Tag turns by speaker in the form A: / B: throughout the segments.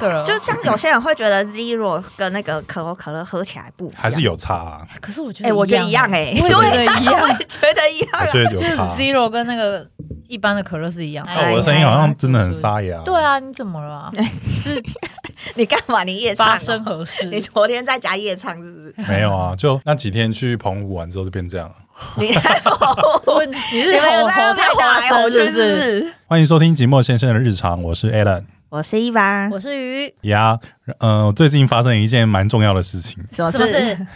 A: 的，
B: 就像有些人会觉得 Zero 跟那个可口可乐喝起来不一样
C: 还是有差、啊，
A: 可是我觉
B: 哎、
A: 得，
B: 我觉得一样哎、
A: 我也觉得一
B: 我
A: 样，
B: 也觉得一样
C: 我觉得有
A: 就是
C: 差。
A: Zero 跟那个一般的可乐是一样的。
B: 哎
C: 哦，我的声音好像真的很沙哑。
A: 对，啊，你怎么了啊？是
B: 你干嘛？你夜唱、
A: 发
B: 哦？
A: 生何事？
B: 你昨天在家夜唱是不 是？
C: 没有啊， 就那几天去澎湖玩之后就变这样了。
B: 你在吼，
A: 问你是
B: 你们
A: 吼
B: 有
A: 吼
B: 在那边
A: 太
B: 吼
A: 大
B: 来
A: 声
B: 吼去
A: 是不
B: 是不
A: 是？
B: 是？
C: 欢迎收听寂寞先生的日常，我是 Alan
B: 我是一凡，
A: 我是鱼，
C: 呀。呃，最近发生了一件蛮重要的事情，
B: 什么
A: 什么
C: 哎
A: 事？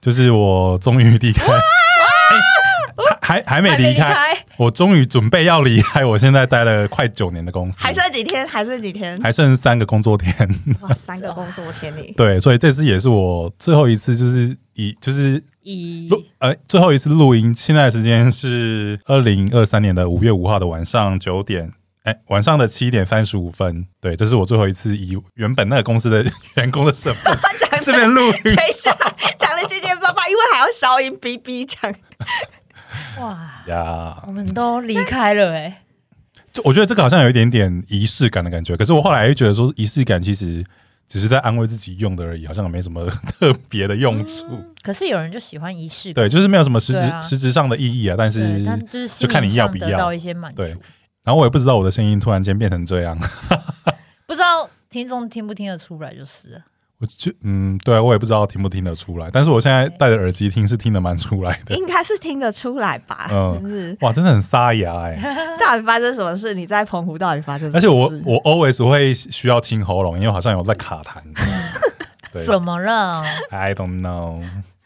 C: 就是我终于离开，哎还还还没
B: 还
C: 离
B: 没
C: 开，我终于准备要离开我现在待了快九年的公司，
B: 还剩几天？还剩几天？
C: 还剩三个工作天。
B: 哇，三个工作天你。
C: 对，所以这次也是我最后一次，就是以就是
A: 以
C: 录呃最后一次录音，现在的时间是二零二三年的五月五号的晚上九点。哎，晚上的七点三十五分，对，这是我最后一次以原本那个公司的员工的身 份
B: 讲
C: 这边录
B: 等
C: 音
B: 一下，讲的结结巴巴，因为还要消音哔哔讲。
A: 哇，
C: 呀
A: 我。们都离开了哎，
C: 就我觉得这个好像有一点点仪式感的感觉，可是我后来又觉得说仪式感其实只是在安慰自己用的而已，好像也没什么特别的用处。
A: 可是有人就喜欢仪式感，
C: 对，就是没有什么实质、
A: 嗯对啊
C: 实质上的意义啊，但是
A: 对，但就是心
C: 就看
A: 灵
C: 你要
A: 上
C: 不
A: 得
C: 要
A: 到一些满足。
C: 对，然后我也不知道我的声音突然间变成这样，
A: 不知道听众听不听得出来就是了。
C: 我就嗯，对我也不知道听不听得出来，但是我现在戴着耳机听是听得蛮出来的。
B: 应该是听得出来吧？
C: 嗯
B: 就是
C: 哇，真的很沙哑哎！
B: 到底发生什么事？你在澎湖到底发生什么
C: 而
B: 事？
C: 且我我 always 会需要清喉咙，因为我好像有在卡痰。对
A: 怎么了？
C: ，I don't know。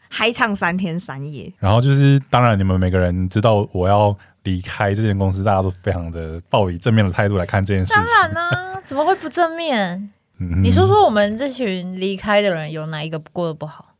B: 嗨唱三天三夜，
C: 然后就是，当然你们每个人知道我要离开这间公司，大家都非常的抱以正面的态度来看这件事
A: 当
C: 情。
A: 然啦、怎么会不正面？
C: 嗯
A: 你说说我们这群离开的人有哪一个过得不好？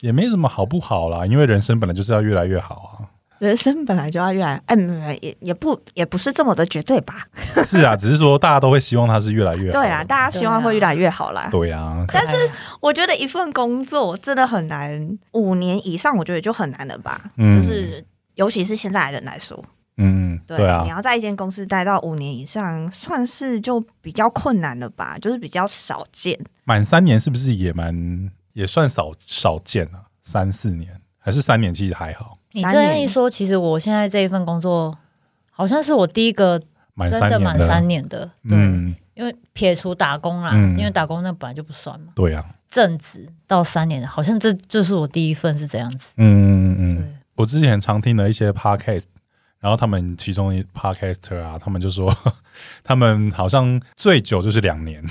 C: 也没什么好不好啦，因为人生本来就是要越来越好啊
B: 人生本来就要越来，哎，没没没也也不也不是这么的绝对吧？
C: 啊。是啊，只是说大家都会希望它是越来越好。
B: 对啦，啊大家希望会越来越好啦。
C: 对啊，
B: 但是
A: 可爱啊
B: 我觉得一份工作真的很难，五年以上我觉得就很难了吧？
C: 嗯
B: 就是尤其是现在的人来说，
C: 嗯，
B: 对
C: 对啊
B: 你，要在一间公司待到五年以上，算是就比较困难了吧？就是比较少见。
C: 满三年是不是也蛮也算少少见啊？三四年还是三年，其实还好，
A: 你
B: 三
A: 这样
B: 年
A: 一说，其实我现在这一份工作好像是我第一个
C: 满
A: 真
C: 三
A: 的
C: 年
A: 满
C: 的。
A: 三年的，对，
C: 嗯，
A: 因为撇除打工啦，
C: 嗯
A: 因为打工那本来就不算嘛，
C: 对啊，
A: 正职到三年，好像这这是我第一份是这样 子，
C: 嗯嗯嗯
A: 对
C: 嗯，，我之前常听的一些 podcast，然后他们其中一 podcaster 啊，他们就说 他们好像最久就是两年，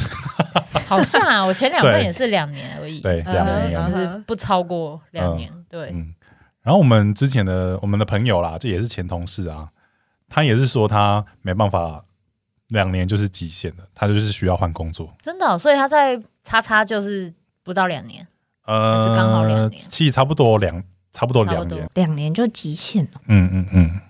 A: 好像啊，我前两份
C: 对
A: 也是两年而已，
C: 对，
B: 嗯
C: 两年
A: 对，
C: 而已
B: 嗯
A: 就是不超过两年，对，
C: 嗯，然后我们之前的我们的朋友啦，这也是前同事啊，他也是说他没办法，两年就是极限的，他就是需要换工作。
A: 真的哦、所以他在叉叉就是不到两年，
C: 呃，
A: 还是刚好两年
C: 其实差不多两，差不多
A: 差不
C: 两
A: 多
C: 年。
B: 两年就极限了，
C: 嗯嗯嗯，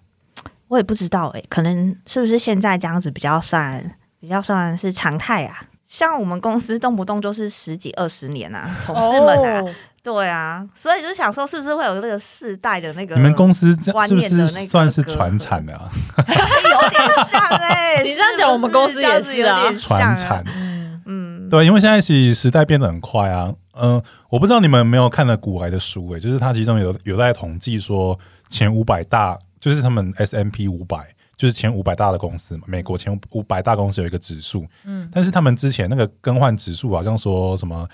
B: 我也不知道哎、可能是不是现在这样子比较算比较算是常态啊？像我们公司动不动就是十几二十年啊，同事们啊，
A: 哦
B: 对啊，所以就想说是不是会有那个世代的那个？
C: 你们公司这
B: 啊观
C: 是不
B: 念的
C: 是
B: 那个
C: 算是
B: 隔阂
C: 传产的啊？
B: 有点像 哎、
A: 你这样讲我们公司也是啊
B: 是不是这样子有点像
C: 传产，
A: 嗯，
B: 嗯，
C: 对，因为现在其实时代变得很快啊。嗯、我不知道你们有没有看了古来的书、欸，就是它其中有有在统计说前五百大，就是他们 S M P 五百，就是前五百大的公司嘛。美国前五百大公司有一个指数，
A: 嗯
C: 嗯，但是他们之前那个更换指数好像说什么，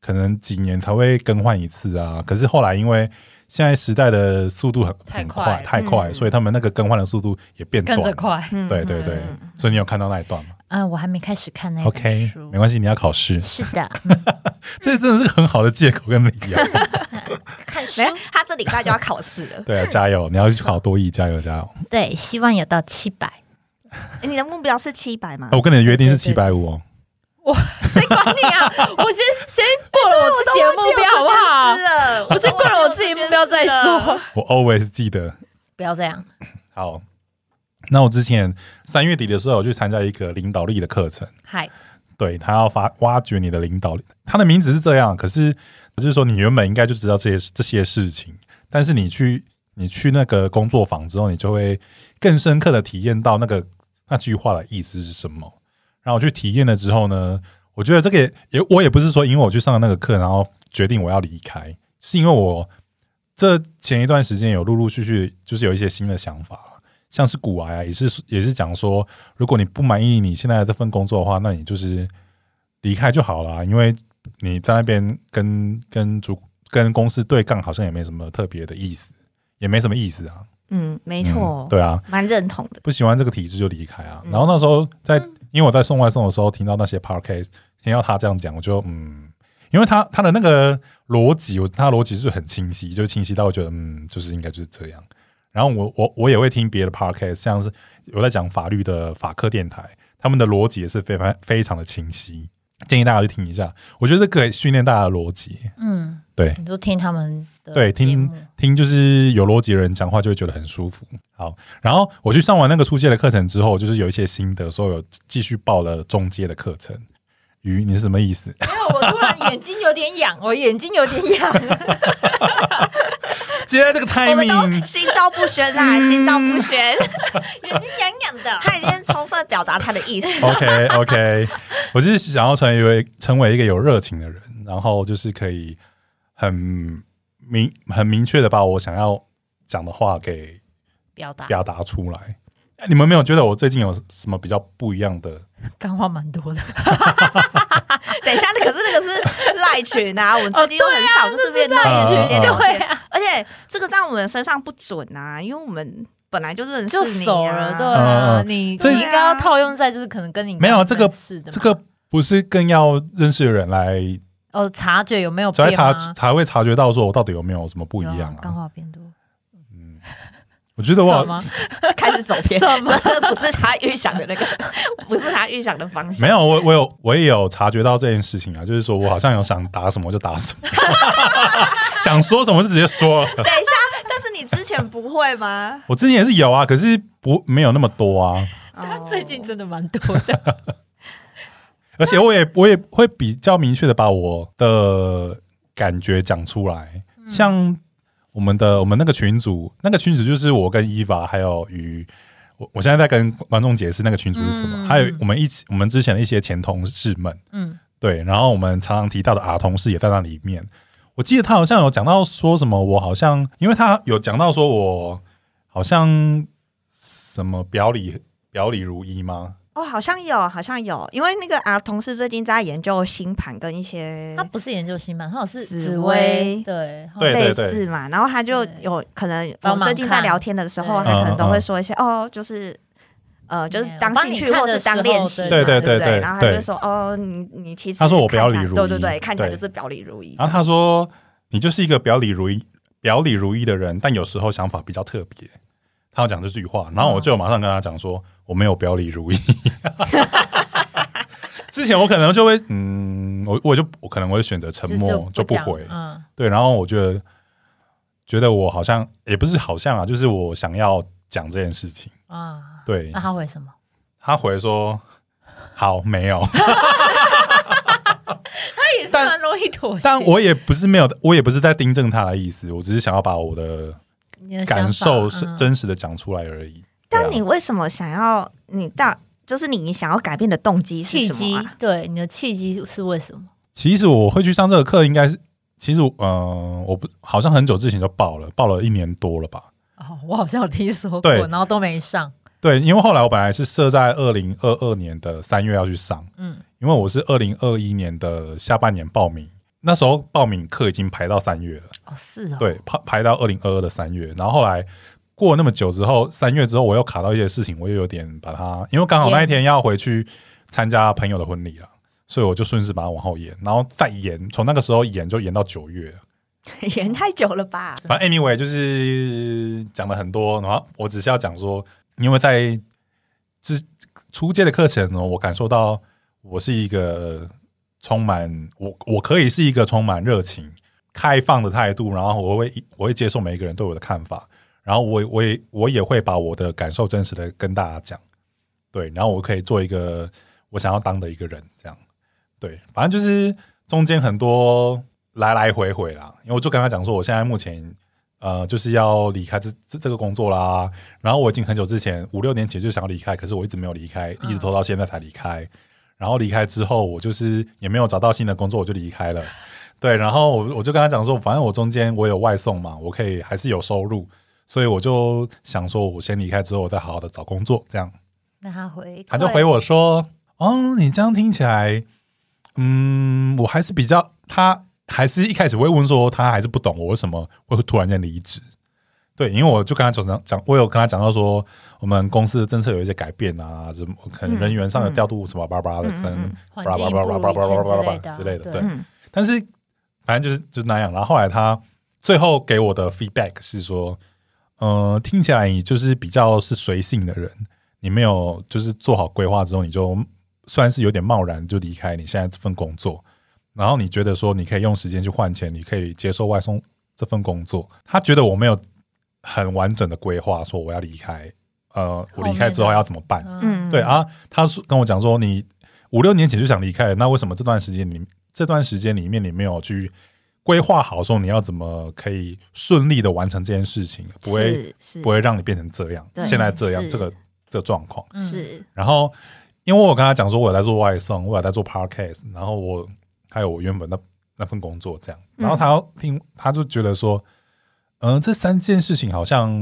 C: 可能几年才会更换一次啊。可是后来因为现在时代的速度很
A: 太
C: 很
A: 快了
C: 快，太快，
B: 嗯
C: 所以他们那个更换的速度也变
A: 跟
C: 短
A: 着
C: 了。
A: 快，
B: 嗯
C: 对对对
B: 嗯，
C: 所以你有看到那一段吗
A: 啊，我还没开始看那本
C: ？OK，
A: 书
C: 没关系，你要考试。
A: 是 的，
C: 这真的是个很好的借口跟理由。。
A: 看书
B: 没有，他这礼拜就要考试了
C: 对啊，加油！你要去考多艺，加油加油！
A: 对，希望有到七百，
B: 诶哎你的目标是七百吗
C: 啊？我跟你的约定是
A: 对
C: 七
A: 对
C: 百五哦。
A: 谁管你啊？我先先过了我自己的目标好不好？
B: 好？
A: 我先过了我自己的目标再说。，
C: 我 always 记得。
A: 不要这样，
C: 好，那我之前三月底的时候，我去参加一个领导力的课程，
A: 嗨，
C: 对他要发挖掘你的领导力。他的名字是这样，可是就是说你原本应该就知道这些这些事情，但是你去你去那个工作坊之后，你就会更深刻的体验到那个那句话的意思是什么。然后我去体验了之后呢，我觉得这个也也我也不是说因为我去上了那个课，然后决定我要离开，是因为我这前一段时间有陆陆续续就是有一些新的想法了像是古癌啊，也是也是讲说，如果你不满意你现在的这份工作的话，那你就是离开就好了啊，因为你在那边跟跟主跟公司对杠，好像也没什么特别的意思，也没什么意思啊。
B: 嗯，
C: 没
B: 没错，
C: 对啊，
B: 蛮认同的。
C: 不喜欢这个体制就离开啊。然后那时候在，因为我在送外送的时候听到那些 podcast，听到他这样讲，我就嗯，因为他他的那个逻辑，我他的逻辑是很清晰，就清晰到我觉得嗯，就是应该就是这样。然后我我我也会听别的 podcast，像是有在讲法律的法科电台，他们的逻辑也是非常非常的清晰，建议大家去听一下。我觉得这可以训练大家的逻辑，
A: 嗯，
C: 对
A: 你就听他们的
C: 对
A: 节
C: 听
A: 目
C: 听就是有逻辑的人讲话就会觉得很舒服。好，然后我去上完那个初阶的课程之后，就是有一些心得，所以我有继续报了中阶的课程。鱼，你是什么意 思？
A: 没有，哦我突然眼睛有点痒，我眼睛有点 痒。
C: 今天这个
B: 我们都
C: timing，
B: 心照不宣啦，心照不宣。
A: 眼睛痒痒的。
B: 嗯 他已经充分表达他的意思。
C: OK OK，我就是想要成为成为一个有热情的人，然后就是可以很明很明确的把我想要讲的话给
A: 表达
C: 表达出来。哎你们没有觉得我最近有什么比较不一样的？
A: 干话蛮 多的，
B: 等一下，那可是那个是赖群啊，我们
A: 哦
B: 最近又很少，就是面
C: 群
B: 赖群这些
C: 对
B: 东
C: 啊
B: 西，
A: 啊，
B: 而且这个在我们身上不准啊，因为我们本来就是 认
A: 就
B: 识你
A: 熟了，对
B: 啊。
A: 啊，
C: 嗯
A: 你
C: 这
A: 你应该要套用在就是可能跟你
C: 没有这个
A: 是的嘛
C: 这个不是更要认识的人来
A: 哦，察觉有没有
C: 才
A: 变
C: 察
A: 吗
C: 才会察觉到说我到底有没有什么不一
A: 有
C: 样
A: 干
C: 啊？
A: 话变多，
C: 嗯，我觉得我
A: 什么
B: 开始走偏，
A: 什么
B: 这不是他预想的那个， 不是他预想的方向。
C: 没有，我我有我也有察觉到这件事情啊，就是说我好像有想打什么就打什么， 想说什么就直接说了。
B: 等一下，但是你之前不会吗？
C: 我之前也是有啊，可是不没有那么多啊，
A: 他
B: 哦
A: 最近真的蛮多 的，
C: 而且我也我也会比较明确的把我的感觉讲出来，
A: 嗯
C: 像我们的我们那个群组，那个群组就是我跟伊娃还有鱼，我我现在在跟观众解释那个群组是什么，
A: 嗯
C: 还有我们一起我们之前的一些前同事们。
A: 嗯，
C: 对，然后我们常常提到的 R 同事也在那里面。我记得他好像有讲到说什么，我好像因为他有讲到说我好像什么表里表里如一吗？
B: 哦，好像有，好像有，因为那个 R 同事最近在研究星盘跟一些
A: 他不是研究星盘，他好像是
B: 紫
A: 紫
B: 薇
A: 薇，对
C: 对
B: 类似嘛，然后他就
A: 对
B: 有可能，我
A: 帮忙
B: 最近在
A: 看
B: 聊天的时候，
A: 对
B: 他可能
C: 嗯
B: 都
C: 嗯
B: 会
C: 嗯
B: 说一些哦，就是呃，就是当
A: 帮
B: 兴
A: 你
B: 趣
A: 看
B: 或
A: 的
B: 是
A: 时
B: 当
A: 候
B: 练习嘛，
A: 对
B: 对
A: 对
C: 对对
B: 然后他
C: 对
B: 就说哦，你你其实
C: 他说我表
B: 看起来
C: 里如
B: 对对
C: 一
B: 对，看起来就
C: 对
B: 是表里如一。
C: 然后他说你就是一个表里如一表里如一的人，但有时候想法比较特别。他有讲这句话，然后我就马上跟他讲说我没有表里如一。 之前我可能就会嗯，我我就我可能会选择沉默，就不
A: 讲
C: 回。
A: 嗯，
C: 对，然后我觉得觉得我好像也不是好像啊，就是我想要讲这件事情。
A: 啊，
C: 对
A: 那他回什么？
C: 他回说好没有，
A: 他 也是
C: 但
A: 蛮容易妥协，
C: 但我也不是没有，我也不是在订正他的意思，我只是想要把我的
A: 你的
C: 感
A: 想法
C: 受是
A: 嗯
C: 真实的讲出来而已。
B: 但
C: 对
B: 你
C: 啊
B: 为什么想要你到？就是你你想要改变的动机是
A: 契
B: 什么
A: 机
B: 啊？，
A: 对你的契机是为什么？
C: 其实我会去上这个课，应该是其实我嗯，我不好像很久之前就报了，报了一年多了吧。
A: 哦，我好像有听说过，
C: 对
A: 然后都没上，
C: 对，因为后来我本来是设在二零二二年的三月要去上，
A: 嗯，
C: 因为我是二零二一年的下半年报名，那时候报名课已经排到三月了，
A: 哦，是哦，
C: 对，排排到二零二二的三月，然后后来过了那么久之后，三月之后我又卡到一些事情，我又有点把它，因为刚好那一天要回去参加朋友的婚礼了，所以我就顺势把它往后延，然后再延，从那个时候延就延到九月了，
B: 演太久了吧？
C: 反正 anyway 就是讲了很多，然后我只是要讲说，因为在之初阶的课程呢，我感受到我是一个充满我我可以是一个充满热情、开放的态度，然后我会我会接受每一个人对我的看法，然后我我也我也会把我的感受真实的跟大家讲，对，然后我可以做一个我想要当的一个人，这样对，反正就是中间很多来来回回啦，因为我就跟他讲说，我现在目前呃就是要离开这这这个工作啦，然后我已经很久之前五六年前就想要离开，可是我一直没有离开，一直拖到现在才离开。然后离开之后，我就是也没有找到新的工作，我就离开了。对，然后我我就跟他讲说，反正我中间我有外送嘛，我可以还是有收入，所以我就想说，我先离开之后，我再好好的找工作，这样。
A: 那他回
C: 他就回我说：“哦，你这样听起来，嗯，我还是比较他还是一开始会问说他还是不懂我为什么会突然间离职。对，因为我就跟他讲讲，我有跟他讲到说我们公司的政策有一些改变啊，什么可能人员上的调度什么巴拉巴拉的，
B: 嗯嗯
C: 可能
B: 嗯
C: 巴
A: 环
C: 拉
A: 境
C: 巴拉巴拉巴拉巴拉巴拉巴
A: 不如以前
C: 拉之
A: 之
C: 类
A: 类
C: 的，
A: 的
C: 对
A: 对。
B: 嗯，
C: 但是反正就是就是那样。然后后来他最后给我的 feedback 是说，呃，听起来你就是比较是随性的人，你没有就是做好规划之后，你就算是有点贸然就离开你现在这份工作。然后你觉得说你可以用时间去换钱，你可以接受外送这份工作。他觉得我没有很完整的规划，说我要离开，呃，我离开之后要怎么办？
A: 嗯，
B: 嗯，
C: 对，啊，他说跟我讲说，你五六年前就想离开了，那为什么这段时间你这段时间里面你没有去规划好说你要怎么可以顺利的完成这件事情，不会
B: 是是
C: 不会让你变成这样，
B: 对
C: 现在这样
B: 是
C: 这个这个状况。
A: 嗯
B: 是
C: 然后因为我有跟他讲说，我有在做外送，我有在做 podcast，然后我还有我原本那那份工作这样，
B: 嗯
C: 然后他要听，他就觉得说，嗯、这三件事情好像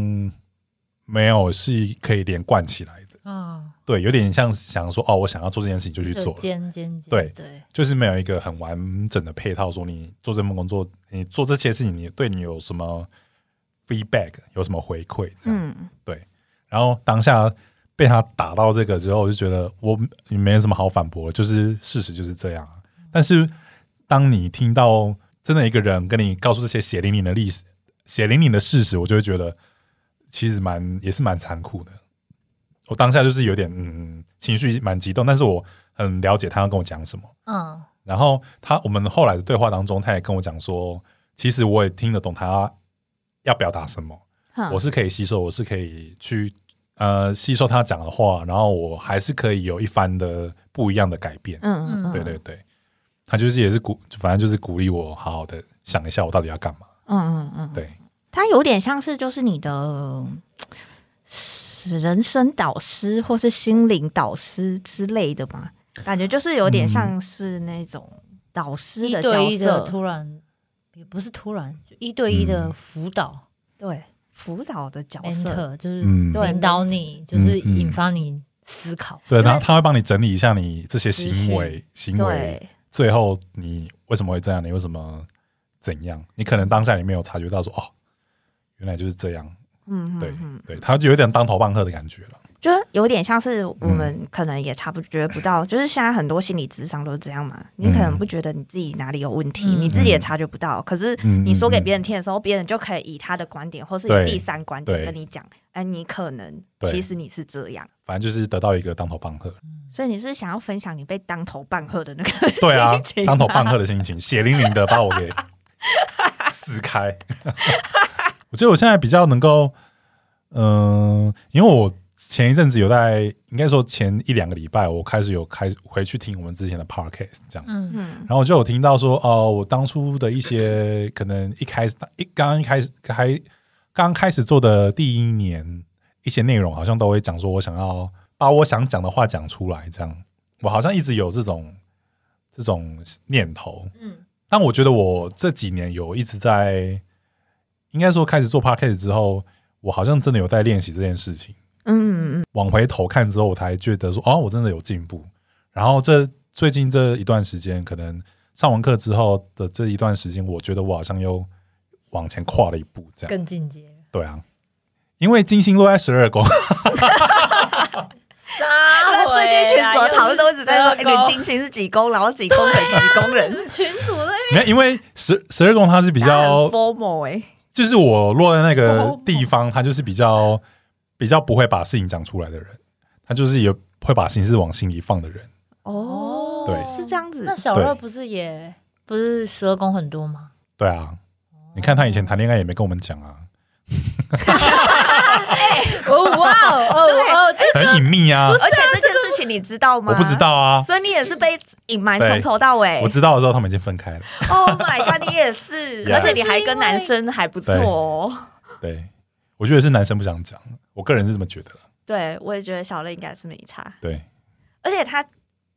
C: 没有是可以连贯起来的。
A: 啊，
C: 对，有点像想说哦，我想要做这件事情就去
A: 就
C: 做了，
A: 尖尖尖，
C: 对
A: 对，
C: 就是没有一个很完整的配套，说你做这份工作，你做这些事情，你对你有什么 feedback，有什么回馈这样。
B: 嗯，
C: 然后当下被他打到这个之后，我就觉得我没什么好反驳，就是事实就是这样啊。但是当你听到真的一个人跟你告诉这些血淋淋的历史、血淋淋的事实，我就会觉得其实蛮也是蛮残酷的。我当下就是有点嗯情绪蛮激动，但是我很了解他要跟我讲什么。
A: 嗯，
C: 然后他我们后来的对话当中，他也跟我讲说，其实我也听得懂他要表达什么。
A: 嗯
B: 哼
C: 我是可以吸收，我是可以去呃吸收他讲的话，然后我还是可以有一番的不一样的改变。
B: 嗯嗯嗯，
C: 对对对，他就是也是鼓，反正就是鼓励我好好的想一下我到底要干嘛。
B: 嗯嗯嗯，
C: 对，
B: 他有点像是就是你的是人生导师或是心灵导师之类的嘛，感觉就是有点像是那种导师
A: 一
B: 的
A: 对
B: 角
A: 一的
B: 色，
A: 突然也不是突然，就一对
C: 嗯
A: 一的辅导
B: 对辅导的角色，
A: mentor 就是
C: 嗯
B: 对
A: 引导你，就是
C: 嗯
A: 引发你思考，
C: 对，
B: 因为嗯
C: 然后他会帮你整理一下你这些行为，行为
B: 对
C: 最后你为什么会这样，你为什么怎样？你可能当下你没有察觉到说哦，原来就是这样。
B: 嗯，嗯
C: 对
B: 嗯，
C: 对，他就有点当头棒喝的感觉了。
B: 就是有点像是我
C: 嗯
B: 们可能也察不觉不到，就是现在很多心理智商都是这样嘛，
C: 嗯
B: 你可能不觉得你自己哪里有问题，
A: 嗯
B: 你自己也察觉不到，可是
C: 嗯
B: 你说给别人听的时候，别人就可以以他的观点或是
C: 对
B: 以第三观点
C: 对
B: 跟你讲，哎，你可能
C: 对
B: 其实你是这样，
C: 反正就是得到一个当头棒喝。
B: 所以你是想要分享你被当头棒喝的那个
C: 对啊
B: 心情，吗
C: 当头棒喝的心情，血淋淋的把我给撕开。 我觉得我现在比较能够，嗯、因为我前一阵子有在，应该说前一两个礼拜，我开始有开回去听我们之前的 podcast 这样，
A: 嗯
B: 嗯
C: 然后我就有听到说，哦、我当初的一些可能一开始一刚刚一开始开刚开始做的第一年，一些内容好像都会讲说我想要把我想讲的话讲出来，这样我好像一直有这种这种念头，
A: 嗯，
C: 但我觉得我这几年有一直在，应该说开始做 podcast 之后，我好像真的有在练习这件事情。
B: 嗯嗯
C: 往回头看之后，我才觉得说，哦，我真的有进步。然后这最近这一段时间，可能上完课之后的这一段时间，我觉得我好像又往前跨了一步，这样
A: 更进阶，
C: 对啊。因为金星落在十二宫，
B: 那
A: 那
B: 最近群所讨论都一直在说，哎，你
A: 进
B: 金星是几宫，然后几宫人，几宫人，
A: 群主那边
C: 没有因为十十二宫它啊是比
B: 大家 很
C: 较，
B: formal 哎，
C: 就是我落在那个地方，它就是比较比较不会把事情讲出来的人，他就是也会把心事往心里放的人。
B: 哦，
C: 对
B: 是这样子，
A: 那小
C: 对
A: 乐不是也不是十二宫很多 吗？
C: 对啊，你看他以前谈恋爱也没跟我们讲啊，
A: 哦哇哦 哦哦，这
C: 很隐秘啊，
B: 而且这件事情你知道吗？
C: 我不知。道啊，
B: 所以你也是被隐瞒
C: 对
B: 从头到尾
C: 我。知道的时候，他们已经分开了。
B: Oh my god，你 也是
C: Yeah，
B: 而且你还跟男生还不错哦。
C: 对，我觉得是男生不想讲，我个人是这么觉得的。
B: 对，我也觉得小乐应该是没差，
C: 对，
B: 而且他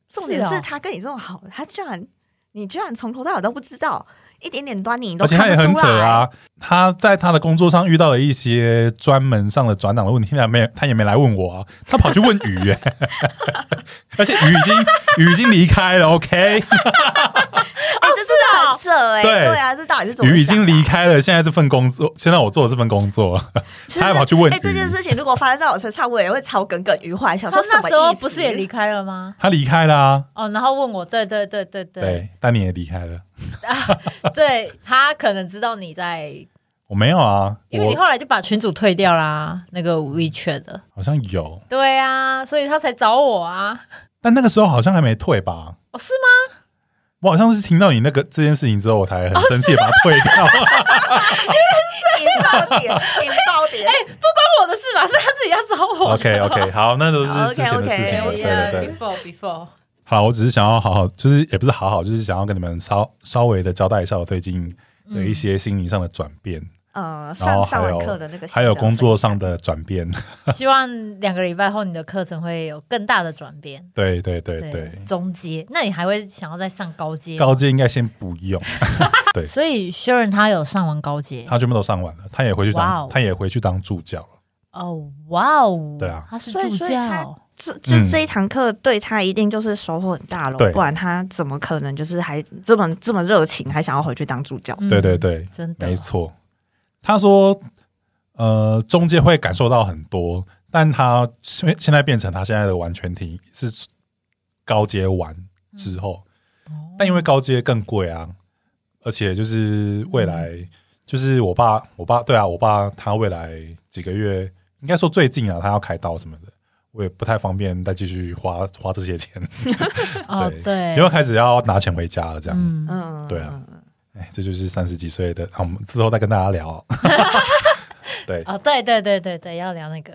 B: 重点
A: 是
B: 是
A: 哦
B: 他跟你这么好，他居然你居然从头到尾都不知道，一点点端倪你都
C: 而且他
B: 看
C: 也
B: 不
C: 很
B: 出
C: 扯
B: 来。
C: 啊，他在他的工作上遇到了一些专门上的转档的问题，他也没他也没来问我啊，他跑去问鱼、 欸，而且鱼已经鱼已经离开了，OK，
B: 哎、这真的很扯哎、
C: 对
B: 对啊，这到底是怎么想的啊？
C: 鱼已经离开了，现在这份工作，现在我做的这份工作，
B: 其实，
C: 他还跑去问
B: 哎、这
C: 鱼
B: 件事情如果发生在我身上，我也会超耿耿于怀，哦想
A: 哎他
B: 说什
A: 那
B: 么
A: 时候
B: 意思
A: 不是也离开了吗？
C: 他离开了、啊，
A: 哦，然后问我，对对对对对，
C: 对，但你也离开了，
A: 对他可能知道你在，
C: 我没有啊，
A: 因为你
C: 我
A: 后来就把群主退掉啦，那个 WeChat 的，
C: 好像有，
A: 对啊，所以他才找我啊，
C: 但那个时候好像还没退吧，
A: 哦是吗？
C: 我好像是听到你那个这件事情之后，我才很生气地把它退掉。
B: 引爆点，引爆点。哎、
A: 不关我的事吧，是他自己要找我。
C: OK OK，好，那都是之前的事情了，
B: 好
C: 对
B: ，OK，OK
C: 对对。
A: ，before before，
C: 好，我只是想要好好，就是也不是好好，就是想要跟你们稍稍微的交代一下我最近的一些心灵上的转变，
B: 呃，
C: 然后
B: 上上
C: 还
B: 完
C: 有
B: 课的那个心得分享，
C: 还有工作上的转变，
A: 希望两个礼拜后你的课程会有更大的转变。
C: 对对对对，
A: 中阶，那你还会想要再上高阶吗？
C: 高阶应该先不用，对
A: 所以 Sharon 他有上完高阶，
C: 他全部都上完了，他也回去
A: 哇
C: 当
A: 哦
C: 他也回去当助教了，
A: 哦，哇哦，
C: 对啊
A: 他是
B: 所以
A: 助
B: 所以他
A: 教，
B: 这这
C: 嗯
B: 这一堂课对他一定就是收获很大
C: 对
B: 了，不然他怎么可能就是还这么这么热情，还想要回去当助教？
A: 嗯
C: 对对，对，
A: 真的
C: 没错。他说，呃，中介会感受到很多，但他现现在变成他现在的完全体是高阶完之后，
A: 嗯
C: 但因为高阶更贵啊，而且就是未来，
A: 嗯
C: 就是我爸，我爸对啊，我爸他未来几个月，应该说最近啊，他要开刀什么的，我也不太方便再继续花花这些钱，
A: 哦
C: 对
A: 对，
C: 因为开始要拿钱回家了，这样。
A: 嗯，
B: 嗯，
C: 对啊，哎，这就是三十几岁的，啊我们之后再跟大家聊。啊对，
A: 哦对对对对对，要聊那个，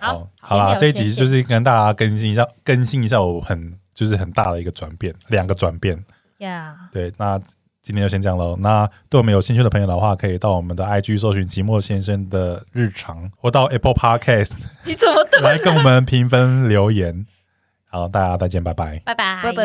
C: 好
A: 好，，
C: 好
A: 先
C: 啦，
A: 聊
C: 这一集
A: 先
C: 就是跟大家更新一下，更新一下我很就是很大的一个转变，两个转变。
A: 呀，
C: 对，那今天就先这样喽。那对我们有兴趣的朋友的话，可以到我们的 IG 搜寻“寂寞先生的日常”，或到 Apple Podcast
B: 你怎么
C: 来跟我们评分留言。好，大家再见，拜拜。
A: 拜拜
B: 拜拜